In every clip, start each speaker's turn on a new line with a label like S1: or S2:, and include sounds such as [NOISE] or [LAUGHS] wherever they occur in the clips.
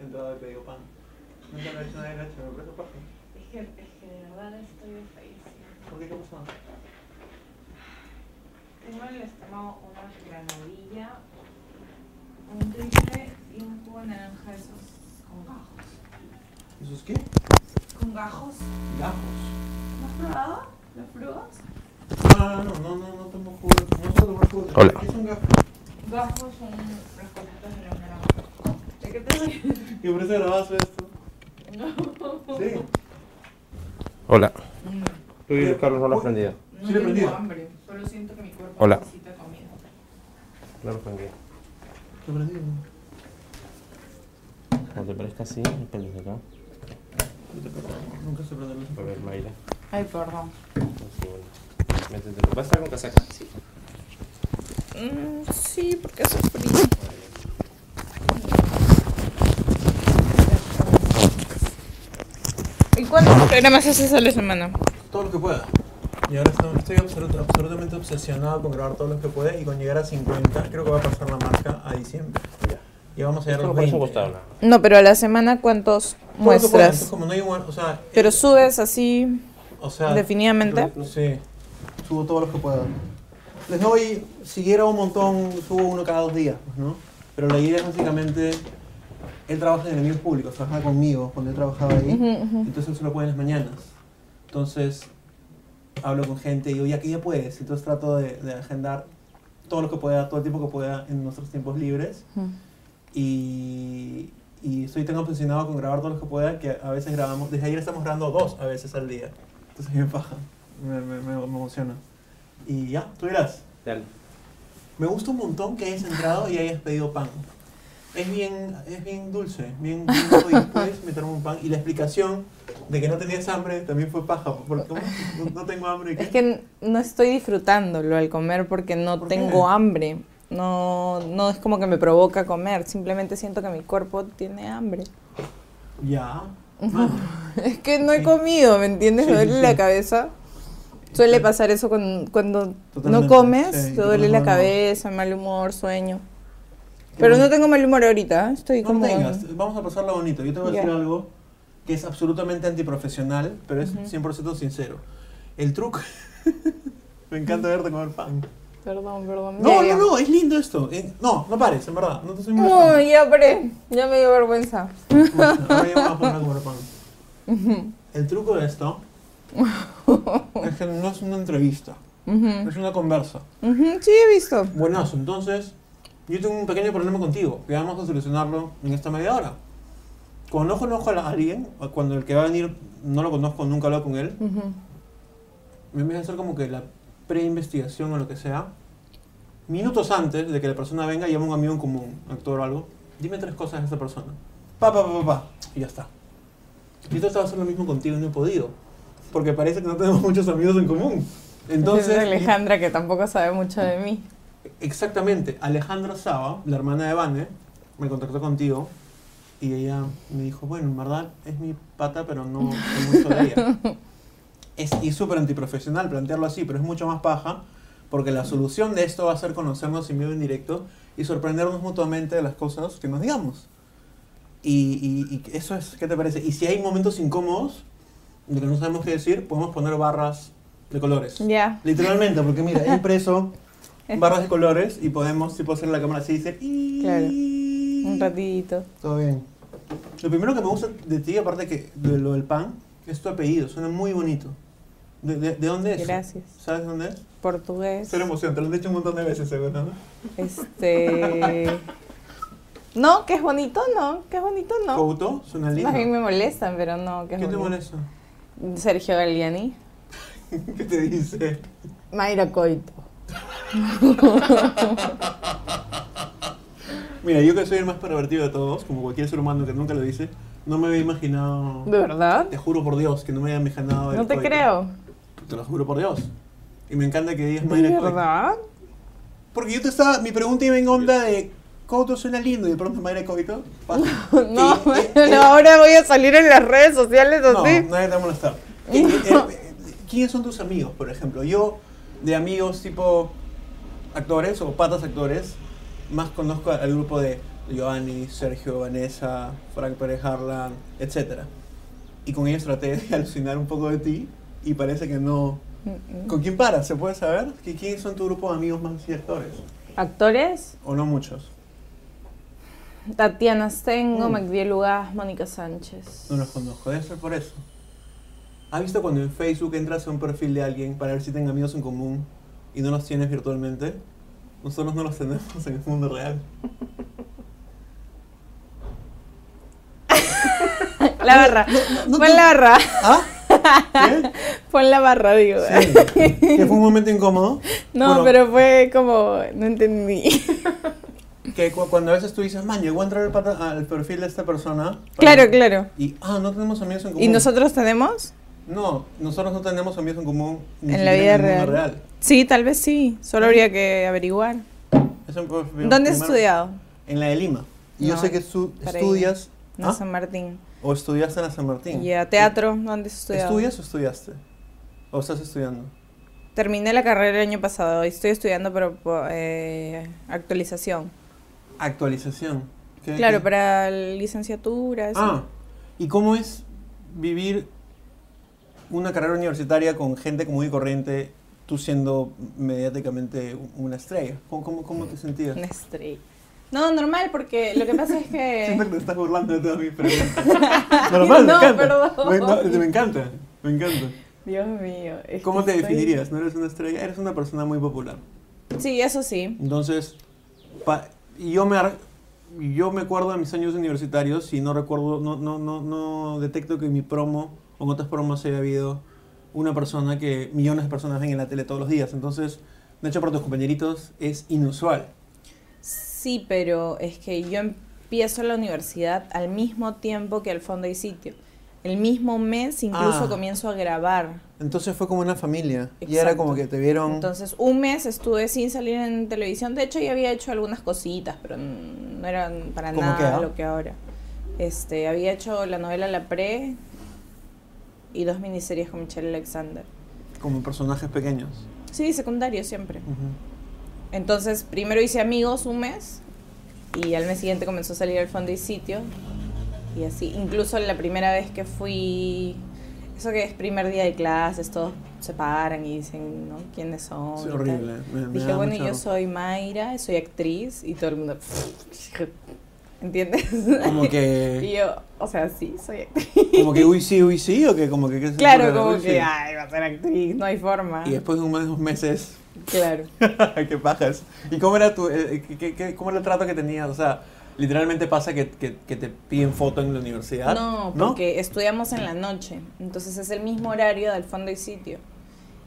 S1: entrada de pedido pan. Nunca me ha hecho nadie leche, me parece paja.
S2: Es que, es que de verdad estoy desfallecida.
S1: ¿Por qué qué pasó?
S2: Tengo en el estómago una granovilla, un triple y un jugo de naranja de esos con gajos.
S1: ¿Eso es qué?
S2: ¿Con gajos?
S1: Gajos.
S2: ¿No has probado? ¿Los frutos?
S1: Ah, no, no, no, no tomo jugo. de- No solo tomar jugo. de-
S3: Hola.
S1: ¿Qué es un gajo?
S2: Gajos son los cositos de la naranja. ¿De qué te ríes?
S1: ¿Y por eso grabaste esto?
S2: No.
S1: Sí.
S3: Hola.
S2: Mm,
S3: Tú y Carlos no lo has prendido.
S2: No
S1: Sí, le prendí.
S2: tengo hambre, solo siento que mi cuerpo
S3: Hola.
S2: necesita comida.
S3: No lo prendí.
S1: Lo aprendí.
S3: Cuando te parezca así, lo prendes acá.
S1: Nunca se prende la
S3: A ver, Mayra.
S2: Ay, perdón.
S3: Así, bueno. Métetelo. ¿Vas a estar con casaca? Sí.
S4: Mm,
S2: sí, porque hace frío.
S4: ¿Y cuántos programas haces a la semana?
S1: Todo lo que pueda. Y ahora estoy, estoy absolut- absolutamente obsesionado con grabar todo lo que pueda y con llegar a 50 creo que va a pasar la marca a diciembre.
S3: Ya.
S1: Y vamos a llegar a
S3: Esto no
S1: los
S3: parece
S1: 20.
S3: gustado nada.
S4: No, pero a la semana cuántos
S1: Todo lo que pueda, entonces,
S4: muestras.
S1: Como no hay un- o sea,
S4: Pero subes así
S1: o sea,
S4: definitivamente.
S1: Sí, subo todos los que pueda. Les doy, si quiero un montón, subo uno cada dos días, pues, ¿no? Pero la idea es básicamente, él trabaja en enemigos públicos, trabaja conmigo cuando él trabajaba ahí,
S4: Ujú, ujú.
S1: entonces él solo puede en las mañanas. Entonces, hablo con gente y digo, ya que ya puedes, entonces trato de, de agendar todo lo que pueda, todo el tiempo que pueda en nuestros tiempos libres.
S4: Ujú.
S1: Y, y estoy tan obsesionado con grabar todo lo que pueda que a veces grabamos, desde ayer estamos grabando dos a veces al día. Entonces me paja, me, me, me- me emociona. Y ya, tú dirás,
S3: Dale.
S1: me gusta un montón que hayas entrado y hayas pedido pan. Es bien, es bien dulce, bien, bien rico y puedes meterme un pan. Y la explicación de que no tenías hambre también fue paja, porque ¿cómo? no, no tengo hambre. ¿qué?
S4: Es que n- no estoy disfrutándolo al comer porque no
S1: ¿Por qué?
S4: tengo hambre. No, no es como que me provoca comer, simplemente siento que mi cuerpo tiene hambre.
S1: Ya. Mano,
S4: Es que no he
S1: Sí.
S4: comido, ¿me entiendes?
S1: Sí,
S4: Me duele
S1: sí, sí.
S4: la cabeza. Suele
S1: Sí.
S4: pasar eso cuando, cuando
S1: Totalmente,
S4: no comes,
S1: sí,
S4: te
S1: te
S4: duele
S1: pones
S4: la
S1: mal humor.
S4: cabeza, mal humor, sueño.
S1: qué
S4: Pero
S1: bueno.
S4: no tengo mal humor ahorita, ¿eh? estoy
S1: No lo
S4: como...
S1: tengas, vamos a pasarlo bonito. Yo te voy a
S4: Ya.
S1: decir algo que es absolutamente antiprofesional, pero es
S4: Ujú.
S1: 100% sincero. El truco. [LAUGHS] Me encanta verte comer pan.
S4: Perdón, perdón.
S1: No,
S4: Ya,
S1: no, no, es lindo esto. Eh, No, no pares, en verdad. No te estoy
S4: ya.
S1: molestando.
S4: Uy, ya paré, ya me dio vergüenza.
S1: Pucha, Ahora ya me voy a poner a comer pan. El truco de esto es que no es una entrevista,
S4: Ujú.
S1: es una conversa.
S4: Ujú, Sí, he visto.
S1: Buenazo, entonces yo tengo un pequeño problema contigo que vamos a solucionarlo en esta media hora. Cuando no conozco a la- a alguien, o cuando el que va a venir no lo conozco, nunca hablo con él,
S4: Ujú.
S1: me empieza a hacer como que la pre-investigación o lo que sea. Minutos antes de que la persona venga, llamo a un amigo en común, actor o algo. Dime tres cosas de esa persona. Pa, pa, pa, pa, pa. Y ya está. Yo trataba de hacer lo mismo contigo y no he podido. Porque parece que no tenemos [LAUGHS] muchos amigos en común.
S4: Entonces,
S1: Entonces, eh,
S4: Alejandra, que tampoco sabe mucho de mí.
S1: Exactamente. Alejandra Saba, la hermana de Vane, me contactó contigo y ella me dijo, bueno, en verdad es mi pata, pero no es mucho de ella. Es, y súper antiprofesional plantearlo así, pero es mucho más paja porque la solución de esto va a ser conocernos sin miedo en directo y sorprendernos mutuamente de las cosas que nos digamos. Y, y- y eso es, ¿qué te parece? Y si hay momentos incómodos de que no sabemos qué decir, podemos poner barras de colores.
S4: Ya.
S1: Literalmente, porque mira, he
S4: [LAUGHS]
S1: impreso barras de colores y podemos, si puedo hacer la cámara así, dice.
S4: Claro. Un ratito.
S1: Todo bien. Lo primero que me gusta de ti, aparte que de lo del pan, es tu apellido, suena muy bonito. ¿De, de- de dónde es?
S4: Gracias.
S1: ¿Sabes dónde es?
S4: Portugués.
S1: Ser emoción, te lo han dicho un montón de veces, seguro, ¿no?
S4: Este. No, que es bonito, no. Que es bonito, no.
S1: Couto, suena
S4: Más bien
S1: lindo.
S4: me molestan, pero no, que es
S1: ¿Qué te
S4: bonito.
S1: molesta? [LAUGHS]
S4: Sergio Galliani.
S1: ¿Qué te dice?
S4: Mayra Coito.
S1: Mira, yo que soy el más pervertido de todos, como cualquier ser humano que nunca lo dice, no me había imaginado.
S4: ¿De verdad?
S1: Te juro por Dios que no me había imaginado. el
S4: No te
S1: coito.
S4: creo.
S1: Te lo juro por Dios. Y me encanta que digas
S4: ¿De
S1: Mayra Coito.
S4: verdad?
S1: Porque yo te estaba, mi pregunta iba en onda de Coito suena lindo y de pronto Mayra Coito pasa.
S4: [LAUGHS] No,
S1: Y- y-
S4: bueno, ahora voy a salir en las redes sociales
S1: eh, no,
S4: así.
S1: nadie te va a
S4: [LAUGHS]
S1: molestar. Y- y- eh, ¿Quiénes son tus amigos, por ejemplo? Yo, de amigos tipo actores o patas actores, más conozco al grupo de Giovanni, Sergio, Vanessa, Frank Pérez Harlan, etc. Y con ellos traté de [LAUGHS] alucinar un poco de ti y parece que no...
S4: Mm, mm.
S1: ¿Con quién paras? ¿Se puede saber? ¿Qui- ¿Quiénes son tu grupo de amigos más y actores?
S4: Actores,
S1: ¿O no muchos?
S4: Tatiana Stengo,
S1: Mm.
S4: Magdiel Lugas, Mónica Sánchez.
S1: No los conozco, debe ser por eso. ¿Has visto cuando en Facebook entras a un perfil de alguien para ver si tienen amigos en común y no los tienes virtualmente? Nosotros no los tenemos en el mundo real.
S4: La barra.
S1: no
S4: Pon
S1: te-
S4: la barra. [LAUGHS]
S1: ¿Ah? ¿Qué?
S4: Pon la barra, digo.
S1: Sí. ¿Que fue un momento incómodo?
S4: No,
S1: Bueno,
S4: pero fue como.
S1: [LAUGHS]
S4: No entendí.
S1: Que cu- cuando a veces tú dices, man, llegó a entrar al, pata- al perfil de esta persona. para-
S4: Claro, claro.
S1: Y, ah, no tenemos amigos en común.
S4: ¿Y nosotros tenemos?
S1: No, nosotros no tenemos amigos en común ni
S4: En la
S1: siquiera
S4: vida
S1: en el mundo
S4: real. Sí, tal vez sí. Solo habría que averiguar.
S1: Eso fue lo
S4: ¿Dónde has
S1: primero.
S4: estudiado?
S1: En la de Lima. Y yo
S4: No,
S1: sé que tú
S4: para
S1: estudias.
S4: En
S1: ¿Ah?
S4: San Martín.
S1: ¿O estudiaste en la San Martín? ¿E-,
S4: Y a teatro, ¿dónde has estudiado?
S1: ¿Estudias o estudiaste? ¿O estás estudiando?
S4: Terminé la carrera el año pasado y estoy estudiando pero, po- eh, actualización.
S1: Actualización. ¿Qué-
S4: Claro,
S1: qué?
S4: para licenciatura. eso.
S1: Ah, ¿y cómo es vivir una carrera universitaria con gente común y corriente, tú siendo mediáticamente u- una estrella? ¿Cómo, cómo, cómo te sentías?
S4: Una estrella. No, normal, porque lo que pasa es
S1: [LAUGHS] Siempre
S4: que...
S1: te estás burlando de todas mis
S4: [LAUGHS]
S1: preguntas. Normal, me
S4: No,
S1: encanta.
S4: perdón.
S1: Me, no, me encanta, me encanta.
S4: Dios mío. es que
S1: ¿Cómo te
S4: estoy-
S1: definirías? ¿No eres una estrella? Eres una persona muy popular.
S4: Sí, eso sí.
S1: Entonces, pa- y yo me ar- yo me acuerdo de mis años universitarios y no recuerdo, no, no, no, no detecto que en mi promo o en otras promos haya habido una persona que millones de personas ven en la tele todos los días. Entonces, de hecho, para tus compañeritos es inusual.
S4: Sí, pero es que yo empiezo la universidad al mismo tiempo que al fondo y sitio. El mismo mes incluso
S1: Ah.
S4: comienzo a grabar.
S1: Entonces fue como una familia. Y era
S4: Exacto.
S1: como que te vieron...
S4: Entonces, un mes estuve sin salir en televisión. De hecho, ya había hecho algunas cositas, pero n- no eran para
S1: ¿Cómo
S4: nada
S1: qué, ah?
S4: lo que ahora. Este, había hecho la novela La Pre y dos miniseries con Michelle Alexander.
S1: como personajes pequeños.
S4: Sí, secundario siempre.
S1: Ujú.
S4: Entonces, primero hice amigos un mes y al mes siguiente comenzó a salir al fondo y sitio. Y así, incluso la primera vez que fui, eso que es primer día de clases, todos se paran y dicen, ¿no? ¿Quiénes son?
S1: Es
S4: y tal.
S1: horrible. me- me
S4: Dije,
S1: da
S4: bueno,
S1: mucha-
S4: yo soy Mayra, soy actriz y todo el mundo, ¿entiendes?
S1: Como
S4: [LAUGHS] Y
S1: que...
S4: yo, o sea, sí, soy actriz.
S1: Como que uy sí, uy sí, o que como que... ¿qué se
S4: Claro,
S1: ocurre?
S4: como
S1: Uy, sí.
S4: que, ah. ay, va a ser actriz, no hay forma.
S1: Y después de unos meses
S4: Claro.
S1: [LAUGHS] qué pajas. ¿Y cómo era tu, eh, qué- qué- qué- cómo era el trato que tenías? O sea, literalmente pasa que, que- que te piden foto en la universidad.
S4: No, porque estudiamos en la noche, entonces es el mismo horario del fondo y sitio.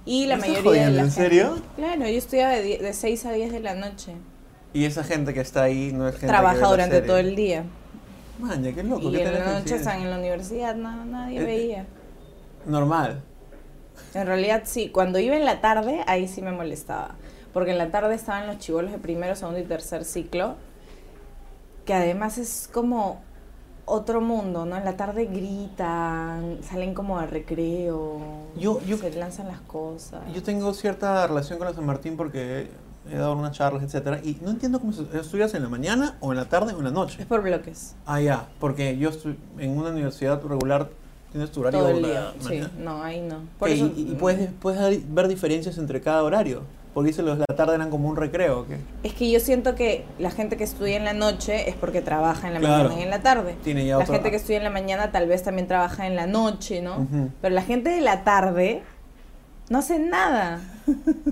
S4: Y la
S1: ¿Me
S4: mayoría
S1: estás
S4: de
S1: jodiendo?
S4: la
S1: ¿En
S4: gente-
S1: serio?
S4: Claro, yo estudiaba de, die- de 6 a 10 de la noche.
S1: Y esa gente que está ahí no es gente que ve
S4: Trabaja
S1: la
S4: durante
S1: serie.
S4: todo el día.
S1: Maña, qué loco.
S4: y
S1: ¿qué
S4: en
S1: tenés
S4: la
S1: que
S4: noche
S1: decir?
S4: están en la universidad, no, nadie
S1: Eh, eh.
S4: veía.
S1: Normal.
S4: En realidad sí, cuando iba en la tarde, ahí sí me molestaba. Porque en la tarde estaban los chivolos de primero, segundo y tercer ciclo, que además es como otro mundo, ¿no? En la tarde gritan, salen como a recreo,
S1: Yo- yo-
S4: se lanzan las cosas.
S1: Yo tengo cierta relación con la San Martín porque he dado unas charlas, etcétera, y no entiendo cómo se- estudias en la mañana o en la tarde o en la
S4: Es
S1: noche.
S4: por bloques,
S1: Ah, ya, porque yo estoy en una universidad regular tienes tu horario
S4: todo
S1: de
S4: el
S1: la
S4: día. Sí,
S1: mañana.
S4: no, ahí no.
S1: Ok, Eh, y- y, puedes,
S4: mm.
S1: puedes dar- ver diferencias entre cada horario. Porque dice los de la tarde eran como un recreo. que
S4: Es que yo siento que la gente que estudia en la noche es porque trabaja en la
S1: Claro.
S4: mañana y en la tarde.
S1: Tiene ya
S4: La
S1: otro-
S4: gente que estudia en la mañana tal vez también trabaja en la noche, ¿no?
S1: Ujú.
S4: Pero la gente de la tarde no hace nada.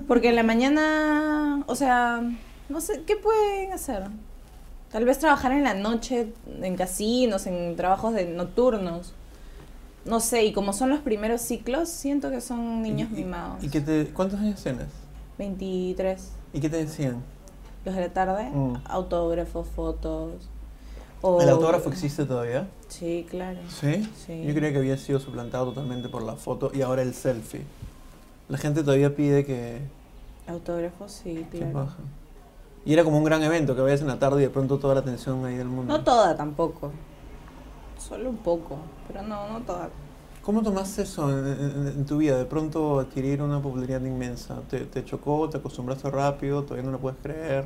S4: Porque en la mañana, o sea, no sé, ¿qué pueden hacer? Tal vez trabajar en la noche, en casinos, en trabajos de nocturnos. No sé, y como son los primeros ciclos, siento que son niños
S1: y- y-
S4: mimados.
S1: Y, que te, ¿Cuántos años tienes?
S4: 23.
S1: ¿Y qué te decían?
S4: Los de la tarde,
S1: Mm.
S4: autógrafos, fotos. o-
S1: ¿El autógrafo existe todavía?
S4: Sí, claro.
S1: ¿Sí?
S4: Oh. Sí.
S1: Yo creía que había sido suplantado totalmente por la foto y ahora el selfie. La gente todavía pide que, pues.
S4: Autógrafos, sí,
S1: que
S4: claro.
S1: baje. Y era como un gran evento que vayas en la tarde y de pronto toda la atención ahí del mundo.
S4: No toda tampoco. Solo un poco, pero no, no toda.
S1: ¿Cómo tomaste eso en, en- en tu vida? De pronto adquirir una popularidad inmensa. ¿Te, te chocó? ¿Te acostumbraste rápido? ¿Todavía no lo puedes creer?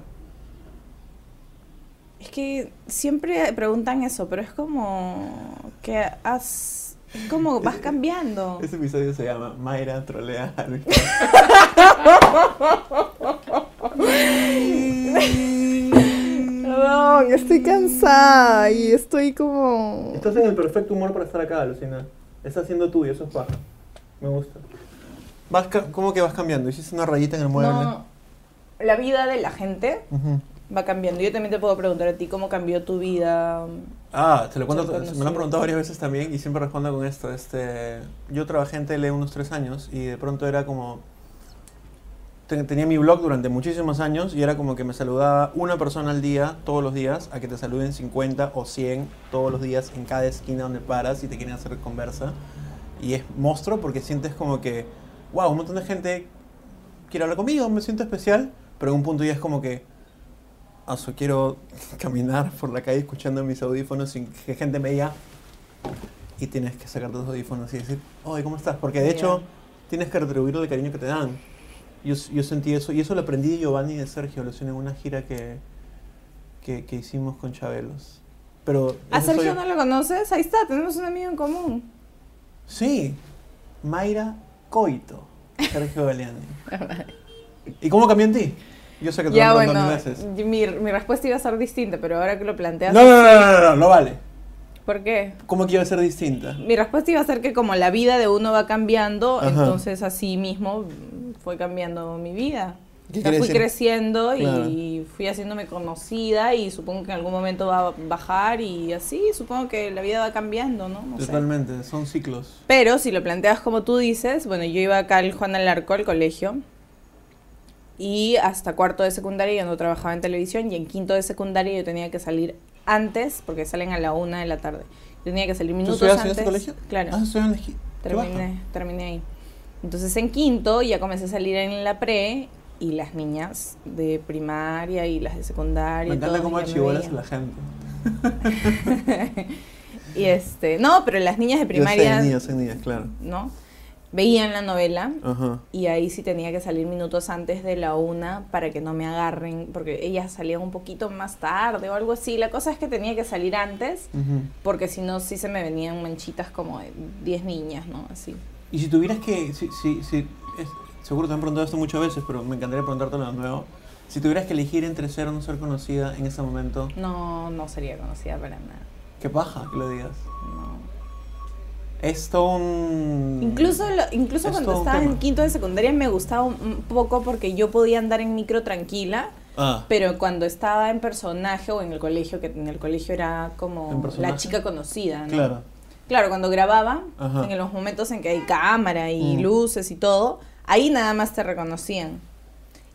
S4: Es que siempre preguntan eso, pero es como que has... Es como vas cambiando.
S1: Este episodio se llama Mayra trolea a Luis.
S5: No, estoy cansada y estoy como...
S1: Estás en el perfecto humor para estar acá, Lucina. Estás haciendo tuyo, eso es paja. Me gusta. Vas ca- ¿Cómo que vas cambiando? Hiciste una rayita en el mueble.
S4: No, la vida de la gente
S1: Ujú.
S4: va cambiando. Yo también te puedo preguntar a ti cómo cambió tu vida.
S1: Ah, te lo cuento,
S4: Sí, cuando
S1: me lo han
S4: sí.
S1: preguntado varias veces también y siempre respondo con esto. Este, yo trabajé en tele unos tres años y de pronto era como... ten- Tenía mi blog durante muchísimos años y era como que me saludaba una persona al día, todos los días, a que te saluden 50 o 100 todos los días en cada esquina donde paras y te quieren hacer conversa. Y es monstruo porque sientes como que, wow, un montón de gente quiere hablar conmigo, me siento especial, pero en un punto ya es como que, aso, quiero [LAUGHS] caminar por la calle escuchando mis audífonos sin que gente me diga, y tienes que sacar tus audífonos y decir, oye, ¿cómo estás? Porque de
S4: Ya.
S1: hecho tienes que retribuir el cariño que te dan. Yo, s- yo sentí eso, y eso lo aprendí de Giovanni y de Sergio, lo hice en una gira que, que, que hicimos con Chabelos. Pero
S4: ¿A
S1: ese soy
S4: Sergio
S1: yo.
S4: no lo conoces? Ahí está, tenemos un amigo en común.
S1: Sí, Mayra Coito, Sergio
S4: [LAUGHS]
S1: Galeani. ¿Y cómo cambió en ti? Yo sé que te
S4: Ya
S1: lo han
S4: bueno,
S1: preguntado mil veces.
S4: mi, mi respuesta iba a ser distinta, pero ahora que lo planteas...
S1: No, no, no, no, no, no, no vale.
S4: ¿Por qué?
S1: ¿Cómo quiero ser distinta?
S4: Mi respuesta iba a ser que como la vida de uno va cambiando,
S1: Ajá.
S4: entonces así mismo fue cambiando mi vida.
S1: ¿Qué
S4: O sea,
S1: quiere
S4: fui
S1: decir?
S4: creciendo y
S1: Claro.
S4: fui haciéndome conocida y supongo que en algún momento va a bajar y así, supongo que la vida va cambiando, ¿no? No sé.
S1: Totalmente, son ciclos.
S4: Pero si lo planteas como tú dices, bueno, yo iba acá al Juan Alarco, al colegio, y hasta cuarto de secundaria yo no trabajaba en televisión, y en quinto de secundaria yo tenía que salir antes, porque salen a la una de la tarde. Yo tenía que salir minutos
S1: estudiabas
S4: antes.
S1: en ese colegio?
S4: Claro.
S1: Ah, estoy en el... ¿Qué baja?
S4: Terminé, terminé ahí. Entonces en quinto ya comencé a salir en la pre y las niñas de primaria y las de secundaria.
S1: Me encanta
S4: todas
S1: cómo
S4: ya me
S1: achivolas a
S4: veían.
S1: la gente.
S4: [LAUGHS] Y este, no, pero las niñas de
S1: Yo
S4: primaria,
S1: sé, niños, sé, niñas, claro.
S4: ¿no? Veían la novela
S1: Ajá.
S4: y ahí sí tenía que salir minutos antes de la una para que no me agarren, porque ellas salían un poquito más tarde o algo así. La cosa es que tenía que salir antes
S1: Ujú.
S4: porque si no sí se me venían manchitas como de 10 niñas, ¿no? Así.
S1: Y si tuvieras que, si, si, si, es- seguro te han preguntado esto muchas veces, pero me encantaría preguntártelo de nuevo. Si tuvieras que elegir entre ser o no ser conocida en ese momento,
S4: No, no sería conocida para nada.
S1: qué paja que lo digas.
S4: No.
S1: Es todo un...
S4: Incluso, lo- incluso
S1: Mm. Es
S4: cuando
S1: todo un
S4: estaba en
S1: tema.
S4: quinto de secundaria me gustaba un- un poco porque yo podía andar en micro tranquila,
S1: Ah,
S4: pero cuando estaba en personaje o en el colegio, que en el colegio era
S1: ¿En
S4: como
S1: personaje?
S4: la chica conocida, ¿no?
S1: claro.
S4: Claro, cuando grababa,
S1: Ajá.
S4: en los momentos en que hay cámara y
S1: Mm.
S4: luces y todo, ahí nada más te reconocían.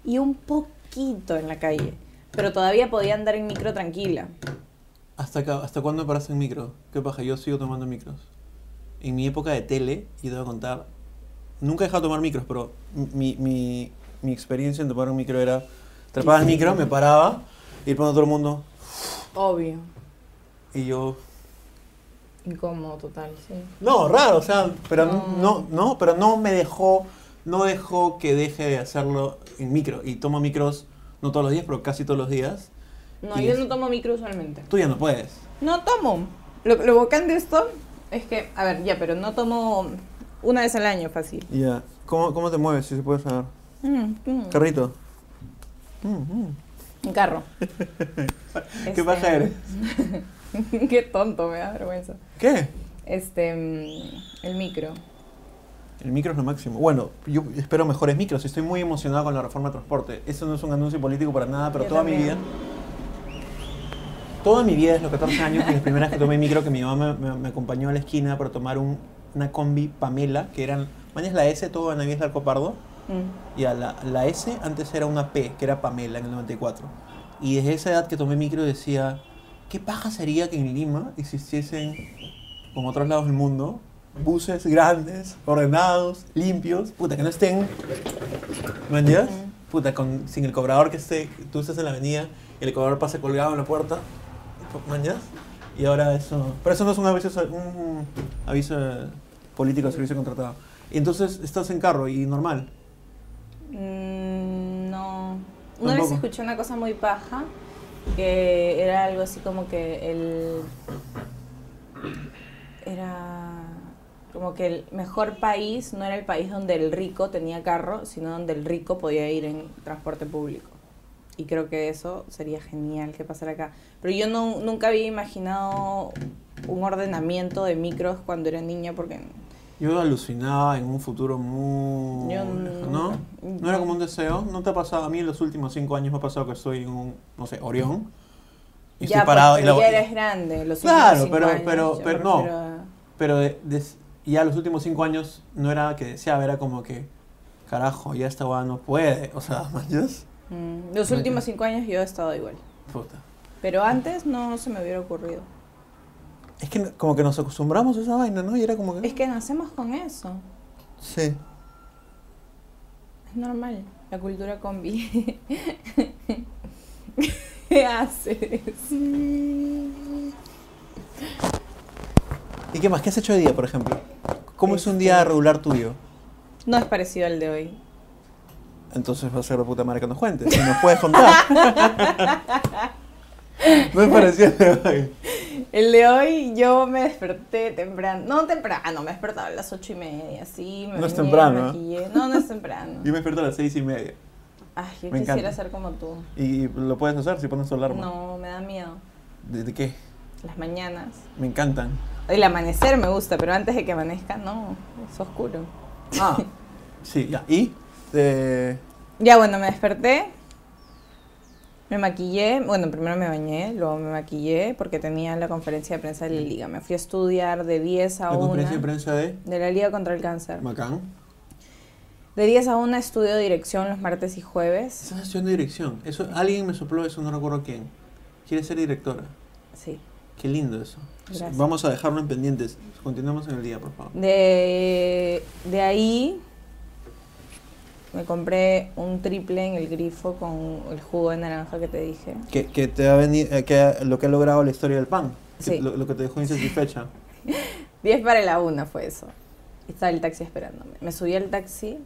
S4: Y un poquito en la calle, pero todavía podía andar en micro tranquila.
S1: ¿Hasta, acá, ¿Hasta cuándo paras en micro? ¿Qué paja? Yo sigo tomando micros. En mi época de tele, yo te voy a contar, nunca he dejado de tomar micros, pero mi, mi, mi experiencia en tomar un micro era, trepaba el micro, me paraba, y de pronto todo el mundo,
S4: Obvio.
S1: y yo,
S4: Incómodo total, sí.
S1: No, raro, o sea, pero no. no,
S4: No.
S1: pero no me dejó, no dejó que deje de hacerlo en micro. Y tomo micros, no todos los días, pero casi todos los días.
S4: No,
S1: Y
S4: yo
S1: es-
S4: no tomo micro usualmente.
S1: Tú ya no puedes.
S4: No tomo. Lo, lo bacán de esto es que, a ver, ya, pero no tomo una vez al año fácil.
S1: Ya. ¿Cómo, ¿Cómo te mueves, si se puede saber?
S4: Mm, mm,
S1: Carrito. Mm, mm.
S4: en carro.
S1: [LAUGHS] ¿Qué paja
S4: Este,
S1: eres?
S4: [LAUGHS] Qué tonto, me da vergüenza.
S1: ¿Qué?
S4: Este, mm, el micro.
S1: El micro es lo máximo. Bueno, yo espero mejores micros. Estoy muy emocionado con la reforma de transporte. Eso no es un anuncio político para nada, pero
S4: Yo
S1: toda mi vida.
S4: también.
S1: Toda mi vida, desde los 14 años, que las primeras que tomé micro, que mi mamá me, me- me acompañó a la esquina para tomar un- una combi Pamela, que eran. Mañana es la S, todo en la vieja Copardo.
S4: Mm.
S1: Y a la, la S antes era una P, que era Pamela en el 94. Y desde esa edad que tomé micro decía, ¿qué paja sería que en Lima existiesen, como otros lados del mundo, buses grandes, ordenados, limpios, puta, que no estén, ¿me entiendes? Puta, con, sin el cobrador que esté, tú estás en la avenida y el cobrador pase colgado en la puerta, ¿me entiendes? Y ahora eso... Pero eso no es un aviso, un aviso eh, político de servicio contratado. Y entonces estás en carro y normal.
S4: Mm, no. Una vez
S1: Tampoco.
S4: escuché una cosa muy paja que era algo así como que el era como que el mejor país no era el país donde el rico tenía carro, sino donde el rico podía ir en transporte público. Y creo que eso sería genial que pasara acá. Pero yo no, nunca había imaginado un ordenamiento de micros cuando era niña porque
S1: Yo alucinaba en un futuro muy...
S4: Yo
S1: lejano, ¿No?
S4: nunca.
S1: ¿No era como un deseo? ¿No te ha pasado? A mí en los últimos cinco años me ha pasado que ey en un, no sé, Orión. Y
S4: ya,
S1: estoy parado.
S4: pues,
S1: y la-
S4: ya eres grande, los últimos
S1: Claro,
S4: cinco
S1: pero-
S4: años,
S1: pero-
S4: yo
S1: pero no.
S4: prefiero a-
S1: Pero de- des- ya los últimos cinco años no era que deseaba, era como que, carajo, ya esta weá no puede. O sea, [LAUGHS] manches.
S4: Mm, Los últimos cinco años yo he estado igual.
S1: Puta.
S4: Pero antes no se me hubiera ocurrido.
S1: Es que no- como que nos acostumbramos a esa vaina, ¿no? Y era como que...
S4: Es que nacemos con eso.
S1: Sí.
S4: Es normal. La cultura combi. [LAUGHS] ¿Qué haces?
S1: ¿Y qué más? ¿Qué has hecho de día, por ejemplo? ¿Cómo es un día
S4: Este-
S1: regular tuyo?
S4: No es parecido al de hoy.
S1: Entonces va a ser la puta madre que nos cuentes. Si nos puedes
S4: [LAUGHS]
S1: contar. no me pareció de hoy.
S4: El de hoy yo me desperté temprano. No temprano, me despertaba a las ocho y media, sí. Me
S1: No es
S4: bañé, me
S1: temprano, ¿eh?
S4: maquillé. No, no es temprano.
S1: Yo me despierto a las seis [LAUGHS] y media.
S4: Ay, yo
S1: Me
S4: quisiera
S1: encanta.
S4: ser como tú.
S1: Y lo puedes hacer si pones tu alarma.
S4: No, me da miedo.
S1: ¿De, de qué?
S4: Las mañanas.
S1: Me encantan.
S4: El amanecer me gusta, pero antes de que amanezca, no. Es oscuro.
S1: Ah, [LAUGHS] sí, ya. ¿Y? Eh,
S4: Ya, bueno, me desperté. Me maquillé. Bueno, primero me bañé, luego me maquillé porque tenía la conferencia de prensa de la Liga. Me fui a estudiar de 10 a
S1: Mm. la
S4: 1.
S1: conferencia de prensa de
S4: De la Liga contra el Cáncer.
S1: Macán.
S4: De 10 a 1 estudio dirección los martes y jueves.
S1: Esa gestión de dirección. Eso, alguien me sopló eso, no recuerdo quién. Quiere ser directora.
S4: Sí.
S1: Qué lindo eso.
S4: Gracias.
S1: Vamos a dejarlo en pendientes. Continuemos en el día, por favor.
S4: De, de ahí me compré un triple en el grifo con el jugo de naranja que te dije.
S1: Que, que te ha venido, eh, que ha- lo que ha logrado la historia del pan. Que
S4: Sí.
S1: lo, lo que te dejó insatisfecha.
S4: 10 para la 1 fue eso. Y Estaba el taxi esperándome. Me subí al taxi,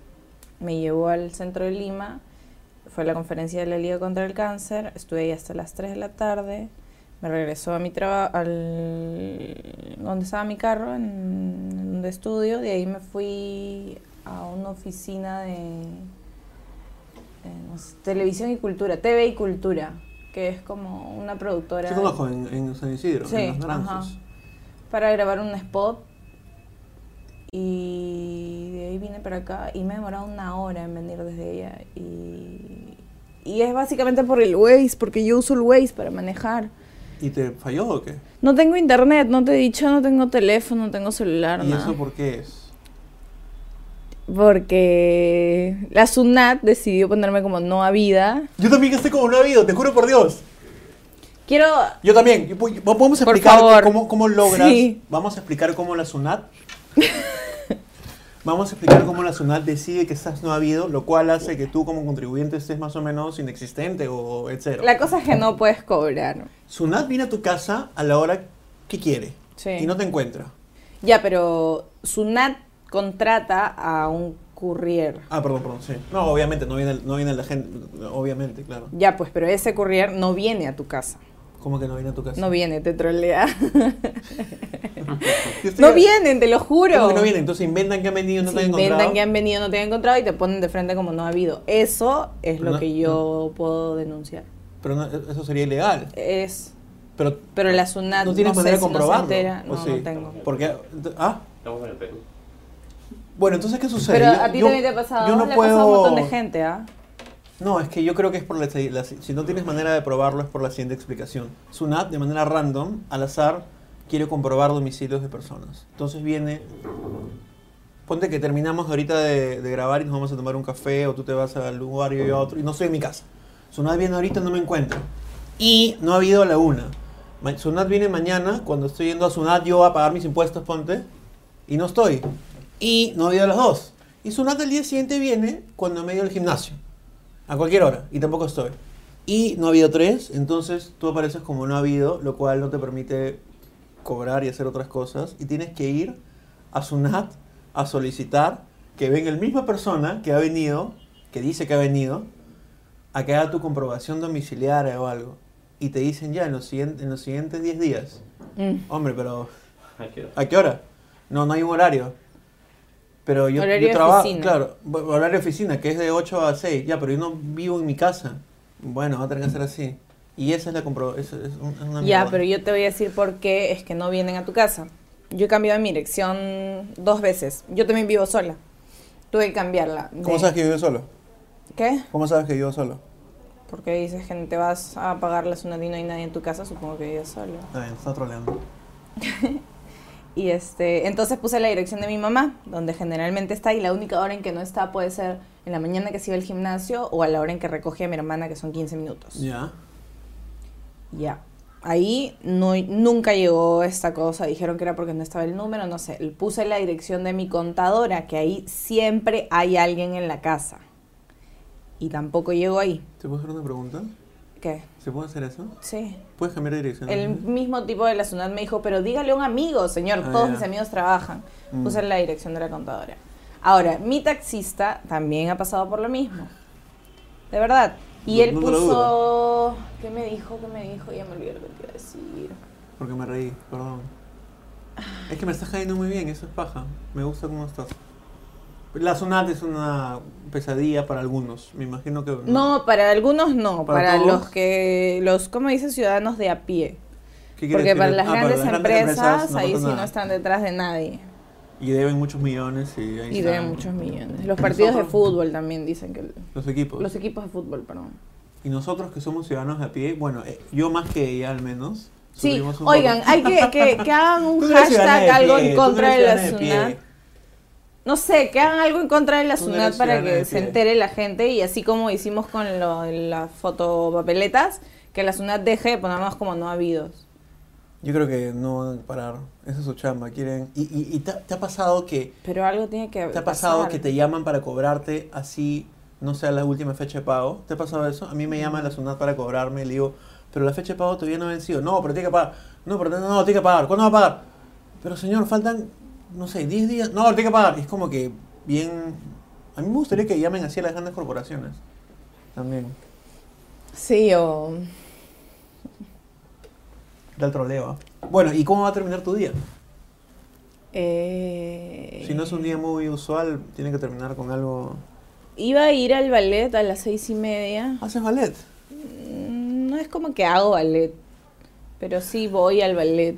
S4: me llevó al centro de Lima, fue a la conferencia de la Liga contra el Cáncer, estuve ahí hasta las 3 de la tarde, me regresó a mi trabajo, al donde estaba mi carro, en, en un estudio, de ahí me fui a una oficina de eh, no sé, televisión y cultura, TV y cultura, que es como una productora
S1: Yo conozco en, en San Isidro,
S4: Sí,
S1: en Los Naranjos.
S4: ajá. para grabar un spot. Y de ahí vine para acá y me he demorado una hora en venir desde ella. Y, y es básicamente por el Waze, porque yo uso el Waze para manejar.
S1: ¿Y te falló o qué?
S4: No tengo internet, no te he dicho, no tengo teléfono, no tengo celular,
S1: ¿Y
S4: nada.
S1: eso por qué es?
S4: Porque la SUNAT decidió ponerme como no a vida.
S1: Yo también estoy como no ha habido, te juro por Dios.
S4: Quiero...
S1: Yo también. Yo- yo- Podemos
S4: Por
S1: explicar
S4: favor.
S1: cómo, cómo logras.
S4: Sí.
S1: Vamos a explicar cómo la SUNAT.
S4: [LAUGHS]
S1: Vamos a explicar cómo la SUNAT decide que estás no ha habido, lo cual hace que tú como contribuyente estés más o menos inexistente o etcétera.
S4: La cosa es que no puedes cobrar.
S1: SUNAT viene a tu casa a la hora que quiere
S4: Sí.
S1: y no te encuentra.
S4: Ya, pero SUNAT contrata a un courier.
S1: Ah, perdón, perdón, sí. No, obviamente, no viene, no viene la gente, obviamente, claro.
S4: Ya, pues, pero ese courier no viene a tu casa.
S1: ¿Cómo que no viene a tu casa?
S4: No viene, te trolea.
S1: Yo estoy-
S4: [LAUGHS] no vienen, te lo juro.
S1: ¿Cómo que no viene? Entonces inventan que han venido y no
S4: Se
S1: te han encontrado.
S4: inventan que han venido, no te han encontrado y te ponen de frente como no ha habido. Eso es lo
S1: No,
S4: que yo puedo denunciar.
S1: Pero no, eso sería ilegal.
S4: Es.
S1: Pero
S4: Pero la SUNAT
S1: no tienes
S4: sé
S1: manera
S4: si
S1: de
S4: no se
S1: comprobarlo.
S4: entera.
S1: ¿o
S4: No,
S1: sí?
S4: no tengo.
S1: Porque ah,
S3: Estamos en el Perú.
S1: bueno, entonces ¿qué sucede?
S4: Pero
S1: Yo-
S4: a ti
S1: yo-
S4: también te ha pasado.
S1: Yo no
S4: le ha
S1: puedo
S4: pasado a un montón de gente, ¿ah?
S1: No, es que yo creo que es por la, la- si no tienes manera de probarlo es por la siguiente explicación. Sunat de manera random, al azar, quiere comprobar domicilios de personas. Entonces viene Ponte que terminamos ahorita de, de grabar y nos vamos a tomar un café o tú te vas al lugar y yo a otro y no estoy en mi casa. Sunat viene ahorita no me encuentro. Y no ha habido a la una. Ma- Sunat viene mañana, cuando estoy yendo a Sunat yo a pagar mis impuestos, ponte, y no estoy. Y no ha habido a las dos. Y Sunat el día siguiente viene cuando me he ido al gimnasio. A cualquier hora. Y tampoco estoy. Y no ha habido tres, entonces tú apareces como no ha habido, lo cual no te permite cobrar y hacer otras cosas. Y tienes que ir a Sunat a solicitar que venga la misma persona que ha venido, que dice que ha venido, a que haga tu comprobación domiciliaria o algo. y te dicen ya en los, siguien- en los siguientes 10 días.
S4: Mm.
S1: Hombre, pero
S3: Hay que-
S1: ¿a qué hora? No, no hay un horario. Pero yo,
S4: Horario de
S1: trabajo,
S4: oficina.
S1: claro, bu- horario de oficina, que es de 8 a 6. Ya, pero yo no vivo en mi casa. Bueno, va a tener que ser así. Y esa es la compro esa es un- es una
S4: Ya,
S1: mierda.
S4: pero yo te voy a decir por qué es que no vienen a tu casa. Yo he cambiado mi dirección dos veces. Yo también vivo sola. Tuve que cambiarla. de-
S1: ¿Cómo sabes que yo vivo solo?
S4: ¿Qué?
S1: ¿Cómo sabes que vivo solo?
S4: Porque dices que te vas a pagar la sunadina y nadie en tu casa, supongo que vives sola.
S1: Está bien, está troleando.
S4: Y este, entonces puse la dirección de mi mamá, donde generalmente está, y la única hora en que no está puede ser en la mañana que se iba al gimnasio o a la hora en que recoge a mi hermana, que son 15 minutos.
S1: Ya.
S4: Ya. Ahí no, nunca llegó esta cosa. Dijeron que era porque no estaba el número, no sé. Puse la dirección de mi contadora, que ahí siempre hay alguien en la casa. Y tampoco llegó ahí.
S1: ¿Te puedo hacer una pregunta?
S4: ¿Qué?
S1: ¿Se puede hacer eso?
S4: Sí.
S1: ¿Puedes cambiar de dirección?
S4: El mismo tipo de la SUNAT me dijo, pero dígale a un amigo, señor,
S1: Ah,
S4: todos
S1: ya.
S4: mis amigos trabajan.
S1: Mm.
S4: Puse la dirección de la contadora. Ahora, mi taxista también ha pasado por lo mismo. De verdad. Y
S1: No-
S4: él
S1: no te lo
S4: puso... ¿Qué me dijo? ¿Qué me dijo? Ya me olvidé lo que te iba a decir.
S1: Porque me reí, perdón. Es que me estás cayendo muy bien, eso es paja. Me gusta cómo estás. La Sunat es una pesadilla para algunos. Me imagino que.
S4: No, para algunos no,
S1: ¿Para
S4: para,
S1: todos?
S4: los que, los, ¿cómo dicen? Ciudadanos de a pie.
S1: ¿Qué quiere
S4: Porque
S1: decir?
S4: para las
S1: Ah,
S4: grandes empresas,
S1: no
S4: ahí
S1: pasa
S4: sí
S1: nada.
S4: no están detrás de nadie.
S1: Y deben muchos millones y ahí
S4: Y
S1: están
S4: de muchos millones. Los partidos de
S1: Nosotros-
S4: fútbol también dicen que...
S1: Los equipos.
S4: Los equipos de fútbol, perdón.
S1: Y nosotros que somos ciudadanos de a pie, bueno, eh, yo más que ella al menos.
S4: Sí,
S1: subimos un
S4: oigan,
S1: poco.
S4: hay que, que,
S1: [LAUGHS]
S4: que hagan
S1: Tú
S4: un
S1: no eres ciudadana
S4: hashtag
S1: de
S4: algo
S1: pie,
S4: en
S1: tú no
S4: contra
S1: eres
S4: de la
S1: ciudadana de
S4: SUNAT.
S1: pie.
S4: No sé, que hagan algo en contra de la
S1: Tú no
S4: SUNAT
S1: eres
S4: para
S1: ciudadana
S4: que
S1: de
S4: se
S1: pie.
S4: entere la gente y así como hicimos con lo- las fotopapeletas, que la SUNAT deje de ponernos como no habidos.
S1: Yo creo que no van a parar. Esa es su chamba. Quieren. ¿Y, y, y te, te ha pasado que
S4: Pero algo tiene que
S1: te ha pasado
S4: pasar.
S1: que te llaman para cobrarte así no sea la última fecha de pago? ¿Te ha pasado eso? A mí me
S4: Mm.
S1: llama la SUNAT para cobrarme y le digo, pero la fecha de pago todavía no ha vencido. No, pero tiene que pagar. No, pero no, no, tiene que pagar. ¿Cuándo va a pagar? Pero señor, faltan, no sé, 10 días. No, tiene que pagar. Y es como que bien. A mí me gustaría que llamen así a las grandes corporaciones. También.
S4: Sí, o...
S1: Da el troleo. ¿ah? Bueno, ¿y cómo va a terminar tu día?
S4: eh,
S1: Si no es un día muy usual, tiene que terminar con algo.
S4: Iba a ir al ballet a las seis y media.
S1: ¿Haces ballet?
S4: Mm, No es como que hago ballet, pero sí voy al ballet.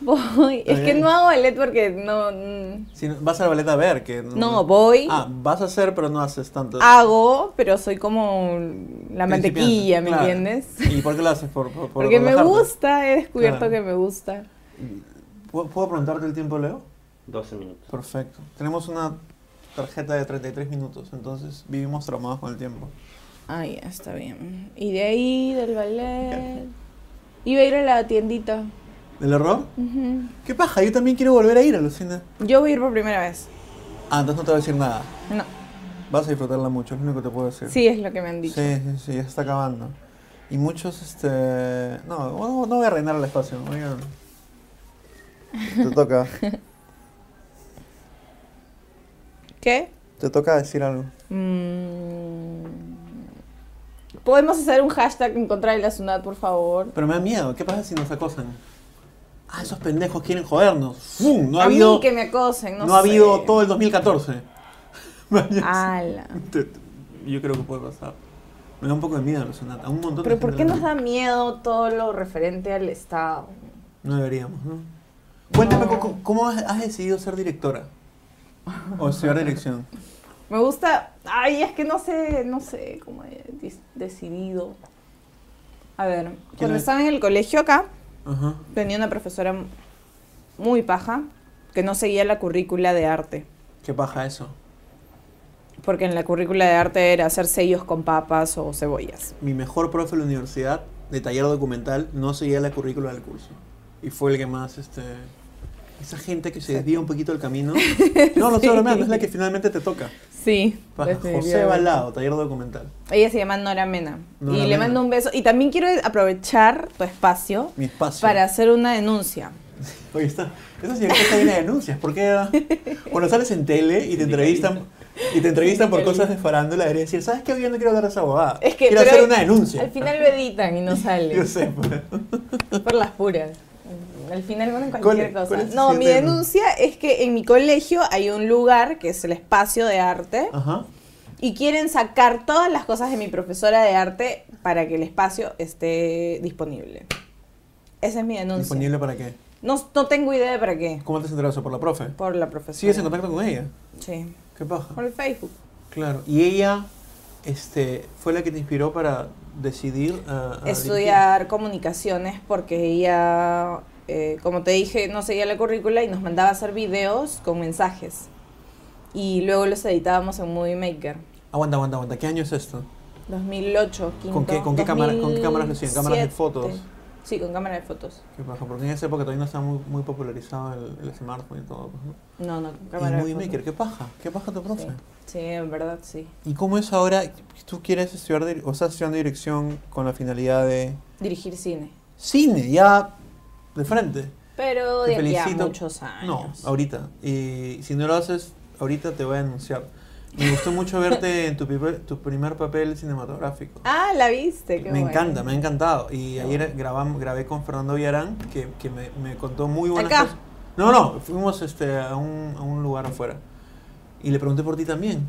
S4: Voy.
S1: Está
S4: Es que
S1: bien.
S4: no hago ballet porque no... mm,
S1: Si no- vas al ballet a ver, que
S4: No, voy,
S1: Ah, vas a hacer, pero no haces tanto.
S4: hago, pero soy como Ah, la mantequilla, ¿me
S1: Claro.
S4: entiendes?
S1: ¿Y por qué lo haces? Por, por- por
S4: Porque me
S1: relajarte.
S4: gusta, he descubierto
S1: Claro.
S4: que me gusta.
S1: ¿Puedo, puedo preguntarte el tiempo, Leo?
S3: 12 minutos.
S1: Perfecto. Tenemos una tarjeta de 33 minutos, entonces vivimos traumados con el tiempo.
S4: Ah, ya, está bien. Y de ahí, del ballet... Iba a ir a la tiendita.
S1: ¿Del error?
S4: Ujú.
S1: ¿Qué paja? Yo también quiero volver a ir, Alucina.
S4: Yo voy a ir por primera vez.
S1: Ah, entonces no te voy a decir nada.
S4: No.
S1: Vas a disfrutarla mucho, es lo único que te puedo decir.
S4: Sí, es lo que me han dicho.
S1: Sí, sí, sí, ya se está acabando. Y muchos, este... No, no, no voy a reinar el espacio, oigan. Te toca,
S4: ¿Qué?
S1: te toca decir algo.
S4: Mm. Podemos hacer un hashtag en contra de la SUNAT, por favor.
S1: Pero me da miedo, ¿qué pasa si nos acosan? Ah, esos pendejos quieren jodernos. ¡Fum! No ha
S4: a
S1: habido,
S4: mí que me acosen, no,
S1: no ha
S4: sé. Ah.
S1: habido todo el [LAUGHS] 2014. [LAUGHS]
S4: Ala.
S1: Te- te- Yo creo que puede pasar. Me da un poco de miedo, Sonata. Un montón
S4: Pero
S1: de
S4: ¿por
S1: gente
S4: qué
S1: le
S4: nos da miedo todo lo referente al Estado?
S1: No deberíamos, ¿no? Cuéntame,
S4: No.
S1: co- co- ¿cómo has, has decidido ser
S4: [LAUGHS]
S1: directora? O estudiar dirección.
S4: Me gusta... Ay, es que no sé, no sé cómo he dis- decidido. A ver, cuando
S1: es?
S4: estaba en el colegio acá,
S1: Ajá.
S4: tenía una profesora muy paja que no seguía la currícula de arte.
S1: ¿Qué paja eso?
S4: Porque en la currícula de arte era hacer sellos con papas o cebollas.
S1: Mi mejor profe de la universidad, de taller documental, no seguía la currícula del curso. Y fue el que más, este... Esa gente que se desvía un poquito del camino.
S4: [LAUGHS]
S1: No, no estoy bromeando, es la que finalmente te toca.
S4: Sí.
S1: Paja. José
S4: definitivamente.
S1: Balado, taller documental.
S4: Ella se llama Nora Mena.
S1: Nora
S4: y le
S1: Mena.
S4: mando un beso. Y también quiero aprovechar tu espacio
S1: Mi espacio.
S4: para hacer una denuncia.
S1: ah? Oye, está, esa señorita está llena de denuncias. ¿Por qué? Cuando sales en tele y te entrevistan y te entrevistan por cosas de farándula, debería decir, ¿sabes qué? Hoy día no quiero hablar de esa bobada. quiero hacer una denuncia.
S4: Al final lo editan
S1: [LAUGHS]
S4: y no sale.
S1: Yo sé,
S4: [LAUGHS]
S1: pues.
S4: Por las puras. Al final ponen
S1: ¿Cuál
S4: cualquier
S1: es-
S4: cosa.
S1: cuál es tu
S4: no, mi
S1: tema?
S4: denuncia es que en mi colegio hay un lugar que es el espacio de arte
S1: Ajá.
S4: y quieren sacar todas las cosas de mi profesora de arte para que el espacio esté disponible. Esa es mi denuncia.
S1: ¿Disponible para qué?
S4: No, no tengo idea de para qué.
S1: ¿Cómo te has enterado eso? ¿Por la profe?
S4: Por la profesora.
S1: ¿Sigues en contacto con ella?
S4: Sí.
S1: ¿Qué paja?
S4: Por el Facebook.
S1: Claro. ¿Y ella este, fue la que te inspiró para decidir ah, a, a
S4: estudiar comunicaciones porque ella, eh, como te dije, no seguía la currícula y nos mandaba a hacer videos con mensajes. Y luego los editábamos en Movie Maker.
S1: dirigir? Aguanta, aguanta, aguanta. ¿Qué año es esto?
S4: 2008, quinto,
S1: ¿Con qué- con qué cámara- con qué cámaras lo hacían? ¿Cámaras de
S4: 2007.
S1: fotos?
S4: Sí, con cámara de fotos.
S1: ¿Qué paja? Porque en esa época todavía no estaba muy, muy popularizado el, el smartphone y todo. pues, ¿no?
S4: No, no, con
S1: Y
S4: cámara
S1: Movie
S4: de fotos.
S1: Maker, ¿qué paja? ¿Qué paja tu profe?
S4: Sí. Sí, en verdad, sí.
S1: ¿Y cómo es ahora? ¿Tú quieres estudiar, dir- o estás estudiando dirección con la finalidad de
S4: Dirigir cine.
S1: cine, ya de frente?
S4: Pero
S1: Te
S4: de aquí a
S1: felicito.
S4: muchos
S1: No,
S4: años.
S1: ahorita. Y si no lo haces, ahorita te voy a denunciar. Me gustó mucho verte en tu, primer- tu primer papel cinematográfico.
S4: Ah, la viste,
S1: me
S4: qué bueno.
S1: encanta, me ha encantado. Y ayer grabam- grabé con Fernando Villarán, que, que me, me contó muy buenas
S4: Acá.
S1: cosas. No, no, fuimos este, a, un, a un lugar afuera. Y le pregunté por ti también.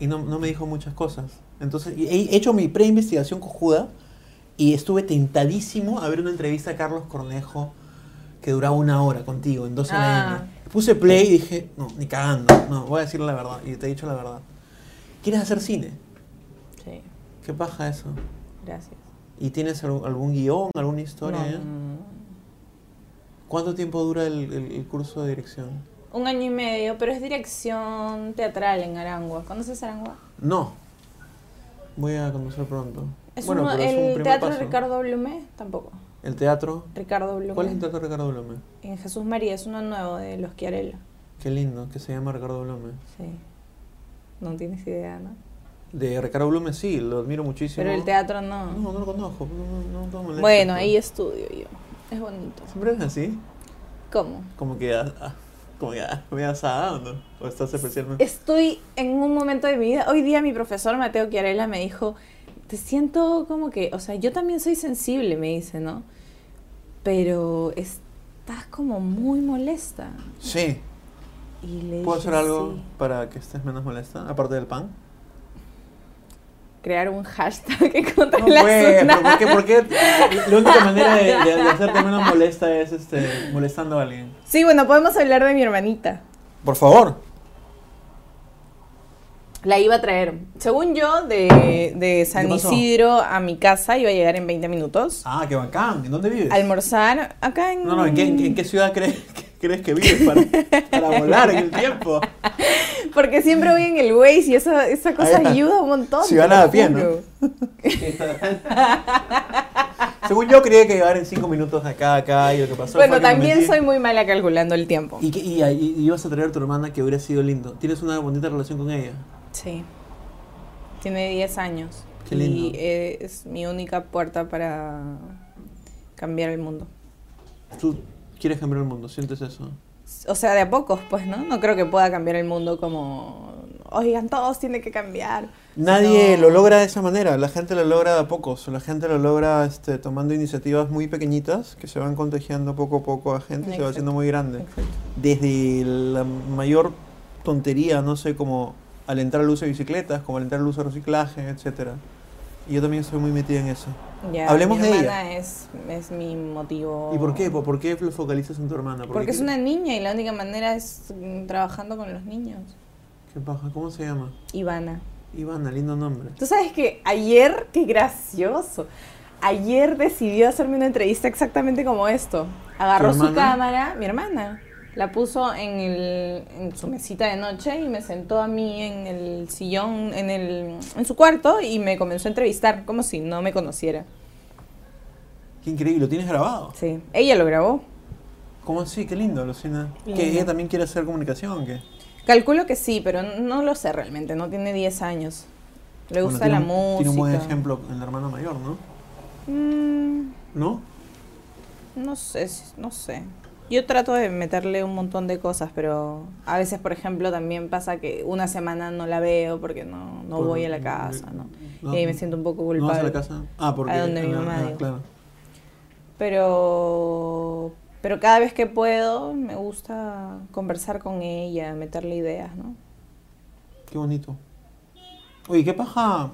S1: Y no, no me dijo muchas cosas. Entonces, y he hecho mi preinvestigación cojuda y estuve tentadísimo a ver una entrevista a Carlos Cornejo que duraba una hora contigo, en 12
S4: Ah.
S1: AM. Puse play y dije, no, ni cagando, no, voy a decir la verdad. Y te he dicho la verdad. ¿Quieres hacer cine?
S4: Sí,
S1: ¿Qué paja eso?
S4: gracias.
S1: ¿Y tienes algún, algún guión, alguna historia?
S4: No,
S1: ya?
S4: no, no, no.
S1: ¿Cuánto tiempo dura el, el- el curso de dirección?
S4: Un año y medio, pero es dirección teatral en Arangua. ¿Conoces Arangua?
S1: No. Voy a conocer pronto.
S4: Es
S1: Bueno,
S4: uno-
S1: pero es un
S4: el
S1: primer
S4: teatro
S1: paso.
S4: Ricardo Blume, tampoco.
S1: ¿El teatro?
S4: Ricardo Blume.
S1: ¿Cuál es el teatro Ricardo Blome?
S4: En Jesús María, es uno nuevo de los Chiarello.
S1: Qué lindo, que se llama Ricardo Blome.
S4: Sí. No tienes idea, ¿no?
S1: De Ricardo Blome sí, lo admiro muchísimo.
S4: Pero el teatro no.
S1: No, no lo conozco. No, no, no tomo leche,
S4: bueno,
S1: pero-
S4: ahí estudio yo. Es bonito.
S1: ¿Siempre es así?
S4: ¿Cómo?
S1: Como que... ah, ah, como que... ah, ¿Me asada o no? ¿O estás especialmente...?
S4: Estoy en un momento de mi vida. Hoy día mi profesor Mateo Chiarella me dijo, te siento como que, o sea, yo también soy sensible, me dice, ¿no? Pero estás como muy molesta.
S1: Sí.
S4: Y le
S1: ¿Puedo
S4: dije,
S1: hacer algo
S4: "Sí".
S1: para que estés menos molesta? Aparte del pan.
S4: Crear un hashtag [LAUGHS] que contra
S1: No,
S4: la
S1: pues, pero
S4: tsunami.
S1: ¿por qué, por qué? La única manera de, de- de hacerte menos molesta es este, molestando a alguien.
S4: Sí, bueno, podemos hablar de mi hermanita.
S1: Por favor.
S4: La iba a traer. Según yo, de, de
S1: ¿Qué
S4: San
S1: pasó?
S4: Isidro a mi casa iba a llegar en 20 minutos.
S1: Ah, qué bacán. ¿En dónde vives?
S4: Almorzar acá en...
S1: No, no, ¿en qué, en qué- en qué ciudad crees, crees que vives para, para volar en el tiempo? [LAUGHS]
S4: Porque siempre voy en el Waze y esa, esa cosa
S1: Ah, ya.
S4: ayuda un montón.
S1: Si van
S4: te lo
S1: a pie, ¿no?
S4: juro.
S1: Según yo, creía que llegar en cinco minutos de acá a acá y lo que pasó
S4: Bueno,
S1: fue que me
S4: también
S1: metí-
S4: soy muy mala calculando el tiempo.
S1: ¿Y, qué- y, y- y ibas a traer a tu hermana que hubiera sido lindo. Tienes una bonita relación con ella.
S4: Sí. Tiene 10 años.
S1: Qué lindo.
S4: Y eh, es mi única puerta para cambiar el mundo.
S1: Tú quieres cambiar el mundo, sientes eso.
S4: O sea, de a pocos, pues, ¿no? No creo que pueda cambiar el mundo como... Oigan, todos tienen que cambiar.
S1: Nadie
S4: No.
S1: lo logra de esa manera, la gente lo logra de a pocos, la gente lo logra este, tomando iniciativas muy pequeñitas que se van contagiando poco a poco a gente y se va
S4: Exacto.
S1: haciendo muy grande.
S4: Exacto.
S1: Desde la mayor tontería, no sé, como alentar el uso de bicicletas, como alentar el uso de reciclaje, etc. Y yo también estoy muy metida en eso.
S4: Ya,
S1: Hablemos
S4: mi
S1: de ella.
S4: hermana Es, es mi motivo.
S1: ¿Y por qué? ¿Por por qué lo focalizas en tu hermana?
S4: Porque es
S1: qué-
S4: una niña y la única manera es mm, trabajando con los niños.
S1: ¿Qué paja? ¿Cómo se llama?
S4: Ivana.
S1: Ivana, lindo nombre.
S4: Tú sabes que ayer, qué gracioso, ayer decidió hacerme una entrevista exactamente como esto. Agarró
S1: ¿Tu
S4: su
S1: hermana?
S4: cámara, mi hermana, la puso en, el- en su mesita de noche y me sentó a mí en el sillón, en, el, en su cuarto y me comenzó a entrevistar como si no me conociera.
S1: Qué increíble, ¿lo tienes grabado?
S4: Sí, ella lo grabó.
S1: ¿Cómo así? Qué lindo, Lucina.
S4: Lindo.
S1: ¿Que ella también quiere hacer comunicación o qué?
S4: Calculo que sí, pero no lo sé realmente, no tiene 10 años. Le
S1: Bueno,
S4: gusta
S1: tiene
S4: la
S1: un-
S4: música.
S1: Tiene un buen ejemplo en la hermana mayor, ¿no?
S4: Mm,
S1: ¿No?
S4: no sé, no sé. Yo trato de meterle un montón de cosas, pero a veces, por ejemplo, también pasa que una semana no la veo porque no, no
S1: Por- eh,
S4: voy a la casa, ¿no?
S1: no,
S4: y ahí me siento un poco
S1: ¿No vas
S4: culpable.
S1: a la casa? Ah, porque...
S4: A donde mi
S1: ah,
S4: mamá,
S1: ah,
S4: digo.
S1: claro.
S4: Pero, pero cada vez que puedo, me gusta conversar con ella, meterle ideas, ¿no?
S1: Qué bonito. Oye, qué paja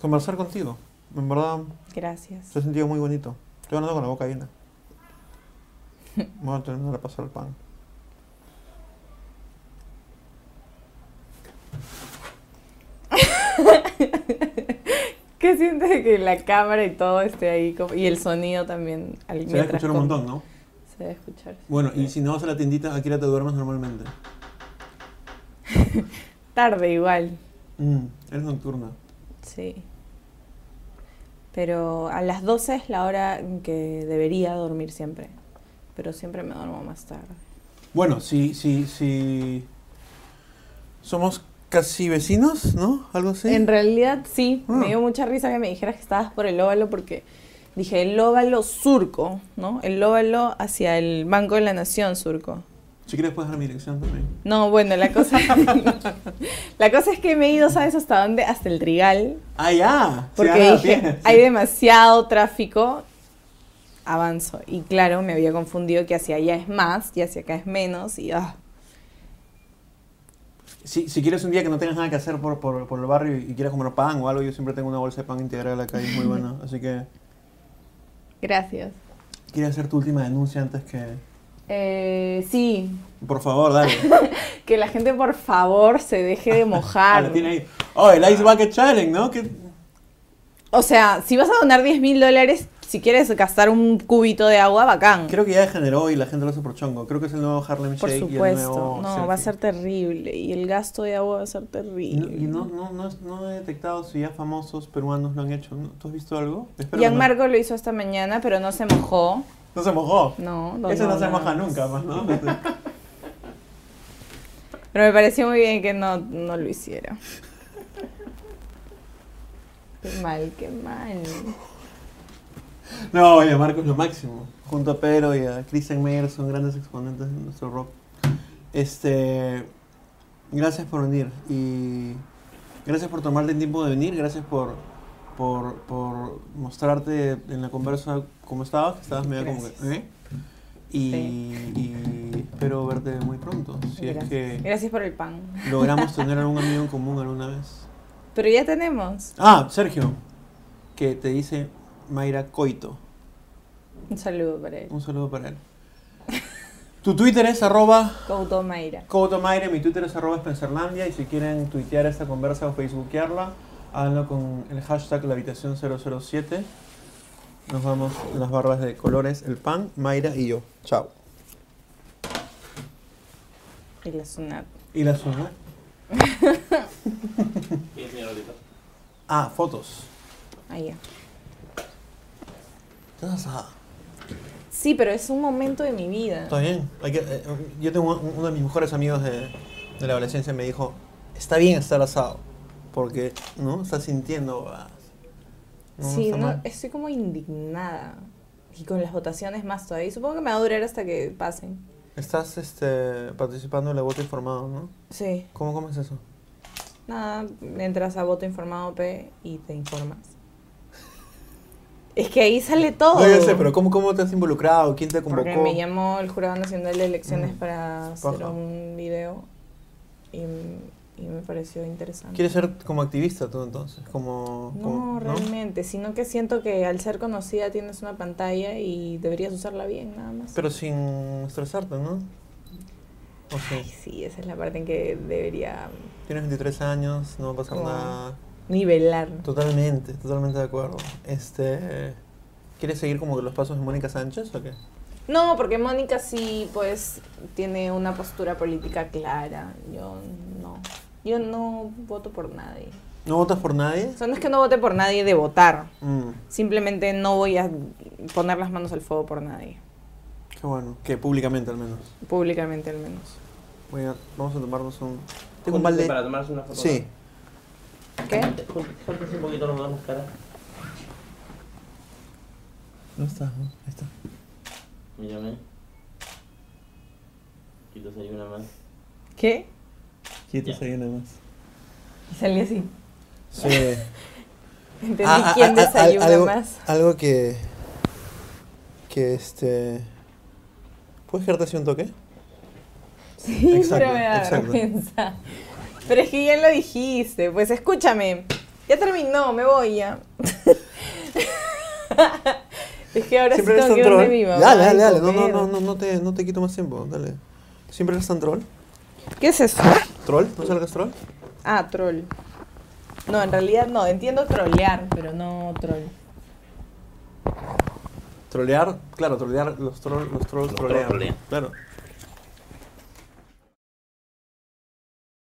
S1: conversar contigo. En verdad,
S4: Gracias.
S1: se ha sentido muy bonito. Estoy hablando con la boca
S4: [LAUGHS]
S1: llena. Voy a terminar de pasar el pan.
S4: ¿Qué sientes de que la cámara y todo esté ahí? como- y el sonido también.
S1: Se
S4: al-
S1: va a
S4: mientras
S1: escuchar un
S4: com-
S1: montón, ¿no?
S4: Se debe escuchar.
S1: Bueno, y si no vas a la tiendita, ¿a qué hora te duermes
S4: Mm.
S1: normalmente?
S4: Tarde igual,
S1: Mm, eres nocturna.
S4: sí. Pero a las 12 es la hora en que debería dormir siempre. Pero siempre me duermo más tarde.
S1: Bueno, sí, sí, sí. Somos casi vecinos, ¿no? Algo así.
S4: En realidad sí,
S1: Ah.
S4: me dio mucha risa que me dijeras que estabas por el óvalo porque dije el óvalo surco, ¿no? El óvalo hacia el Banco de la Nación surco.
S1: Si quieres puedes dar mi dirección también.
S4: No, bueno, la cosa [LAUGHS] La cosa es que me he ido, ¿sabes hasta dónde? Hasta el Trigal,
S1: Ah, ya.
S4: porque
S1: Sí, ah,
S4: dije,
S1: [LAUGHS] bien, sí.
S4: hay demasiado tráfico, avanzo. Y claro, me había confundido que hacia allá es más y hacia acá es menos y ah,
S1: Si, si quieres un día que no tengas nada que hacer por, por, por el barrio y quieres comer pan o algo, yo siempre tengo una bolsa de pan integral acá y es muy buena. Así que,
S4: gracias.
S1: ¿quieres hacer tu última denuncia antes que...?
S4: Eh, sí,
S1: Por favor,
S4: [LAUGHS]
S1: dale.
S4: que la gente por favor se deje
S1: [LAUGHS]
S4: de
S1: Ah,
S4: mojar.
S1: la tiene ahí. Oh, el Ice Bucket Challenge, ¿no? Que
S4: O sea, si vas a donar 10 mil dólares, si quieres gastar un cubito de agua, bacán.
S1: creo que ya degeneró y la gente lo hace por chongo. Creo que es el nuevo Harlem
S4: Por
S1: Shake y el
S4: supuesto.
S1: nuevo
S4: No,
S1: selfie.
S4: va a ser terrible. Y el gasto de agua va a ser
S1: Y no,
S4: terrible.
S1: y no, no, no, es- no he detectado si ya famosos peruanos lo han hecho. ¿no? ¿Tú has visto algo? Espero que no.
S4: Gianmarco lo hizo esta mañana, pero no se mojó.
S1: No se mojó.
S4: No, no.
S1: Eso no se
S4: nada
S1: moja
S4: más.
S1: nunca, más, ¿no? [LAUGHS]
S4: Pero me pareció muy bien que no, no
S1: [LAUGHS]
S4: lo hiciera. Qué mal, qué mal.
S1: No, oye, Marco es lo máximo. Junto a Pedro y a Christian Meyer son grandes exponentes de nuestro rock. Este, gracias por venir y gracias por tomarte el tiempo de venir, gracias por, por, por mostrarte en la conversa cómo estabas, que estabas medio como
S4: Gracias.
S1: que... ¿eh? Y,
S4: Sí.
S1: y espero verte muy pronto, si
S4: Gracias.
S1: es que
S4: Gracias por el pan.
S1: logramos tener algún amigo en común alguna vez.
S4: Pero ya tenemos.
S1: Ah, Sergio, que te dice Mayra Coito.
S4: Un saludo para él.
S1: Un saludo para él. Tu Twitter es arroba
S4: Couto Mayra.
S1: Coutomaire, mi Twitter es arroba Spencerlandia y si quieren tuitear esta conversa o facebookearla, háganlo con el hashtag la habitación 007. Nos vamos en las barbas de colores, el pan, Mayra y yo. Chao.
S4: Y la Sunat.
S1: ¿Y la zona?
S3: Y el señor ahorita.
S1: Ah, fotos.
S4: Ahí ya.
S1: Estás asada.
S4: Sí, pero es un momento de mi vida.
S1: Está bien. Hay que- eh, yo tengo un- uno de mis mejores amigos de, de la adolescencia me dijo, está bien estar asado, porque no estás sintiendo... ah, no,
S4: sí,
S1: está
S4: no,
S1: mal".
S4: estoy como indignada. Y con las votaciones más todavía. Y Supongo que me va a durar hasta que pasen.
S1: Estás este, participando en la voto informado, ¿no?
S4: Sí.
S1: ¿Cómo, cómo es eso?
S4: Nada, entras a voto informado P y
S1: [LAUGHS]
S4: te informas. Es que ahí sale todo.
S1: No, yo sé, pero ¿cómo, cómo te has involucrado? ¿Quién te convocó?
S4: Porque me llamó el Jurado Nacional de Elecciones
S1: Mm,
S4: para hacer
S1: paja.
S4: un video y, y me pareció interesante.
S1: ¿Quieres ser como activista tú entonces? Como, como-
S4: No, realmente, sino que siento que al ser conocida tienes una pantalla y deberías usarla bien, nada más.
S1: Pero sin estresarte, ¿no? O sea,
S4: Ay, sí, esa es la parte en que debería
S1: tienes 23 años, no va a pasar
S4: Wow.
S1: nada.
S4: nivelar.
S1: Totalmente, totalmente de acuerdo. Este, ¿Quieres seguir como que los pasos de Mónica Sánchez o qué?
S4: No, porque Mónica sí, pues, tiene una postura política clara. Yo no. Yo no voto por nadie.
S1: ¿No votas por nadie?
S4: O sea, no es que no vote por nadie de votar.
S1: Mm,
S4: Simplemente no voy a poner las manos al fuego por nadie.
S1: qué bueno, que públicamente al menos.
S4: Públicamente al menos.
S1: Voy a- vamos a tomarnos un... Tengo un balde...
S3: Júntense Para tomarse una foto.
S1: Sí.
S4: ¿Qué?
S3: Júntense- Júntense un poquito los dos las caras.
S1: No está, ¿no? ahí está.
S3: Mírame. Chicos, hay una más.
S4: ¿Qué?
S6: Chitos
S3: Ya.
S6: ahí nada más.
S4: Y salí así.
S1: [LAUGHS] Sí.
S4: Entendí
S1: Ah, ah, ah,
S4: quién
S1: ah,
S4: desayuna
S1: algo, [LAUGHS]
S4: más.
S1: Algo que. Que este. ¿Puedes quedarte así un toque?
S4: Sí,
S1: Exacto,
S4: pero me da
S1: exacto.
S4: vergüenza. Pero es que ya lo dijiste, pues escúchame. Ya terminó, me voy ya. [LAUGHS] es que ahora
S1: Siempre
S4: sí
S1: eres tan
S4: tengo que irme
S1: troll.
S4: a mi mamá
S1: Dale, dale,
S4: y
S1: dale. No, no,
S4: comer.
S1: no, no, no te, no te quito más tiempo. Dale. Siempre eres tan troll.
S4: ¿Qué es eso?
S1: ¿Troll? ¿No salgas troll?
S4: Ah, troll. No, en realidad no, entiendo trollear, pero no troll.
S1: Trolear, claro, trolear, los, troll, los trolls
S3: Los
S1: trolean.
S3: trolls trolean.
S1: Claro.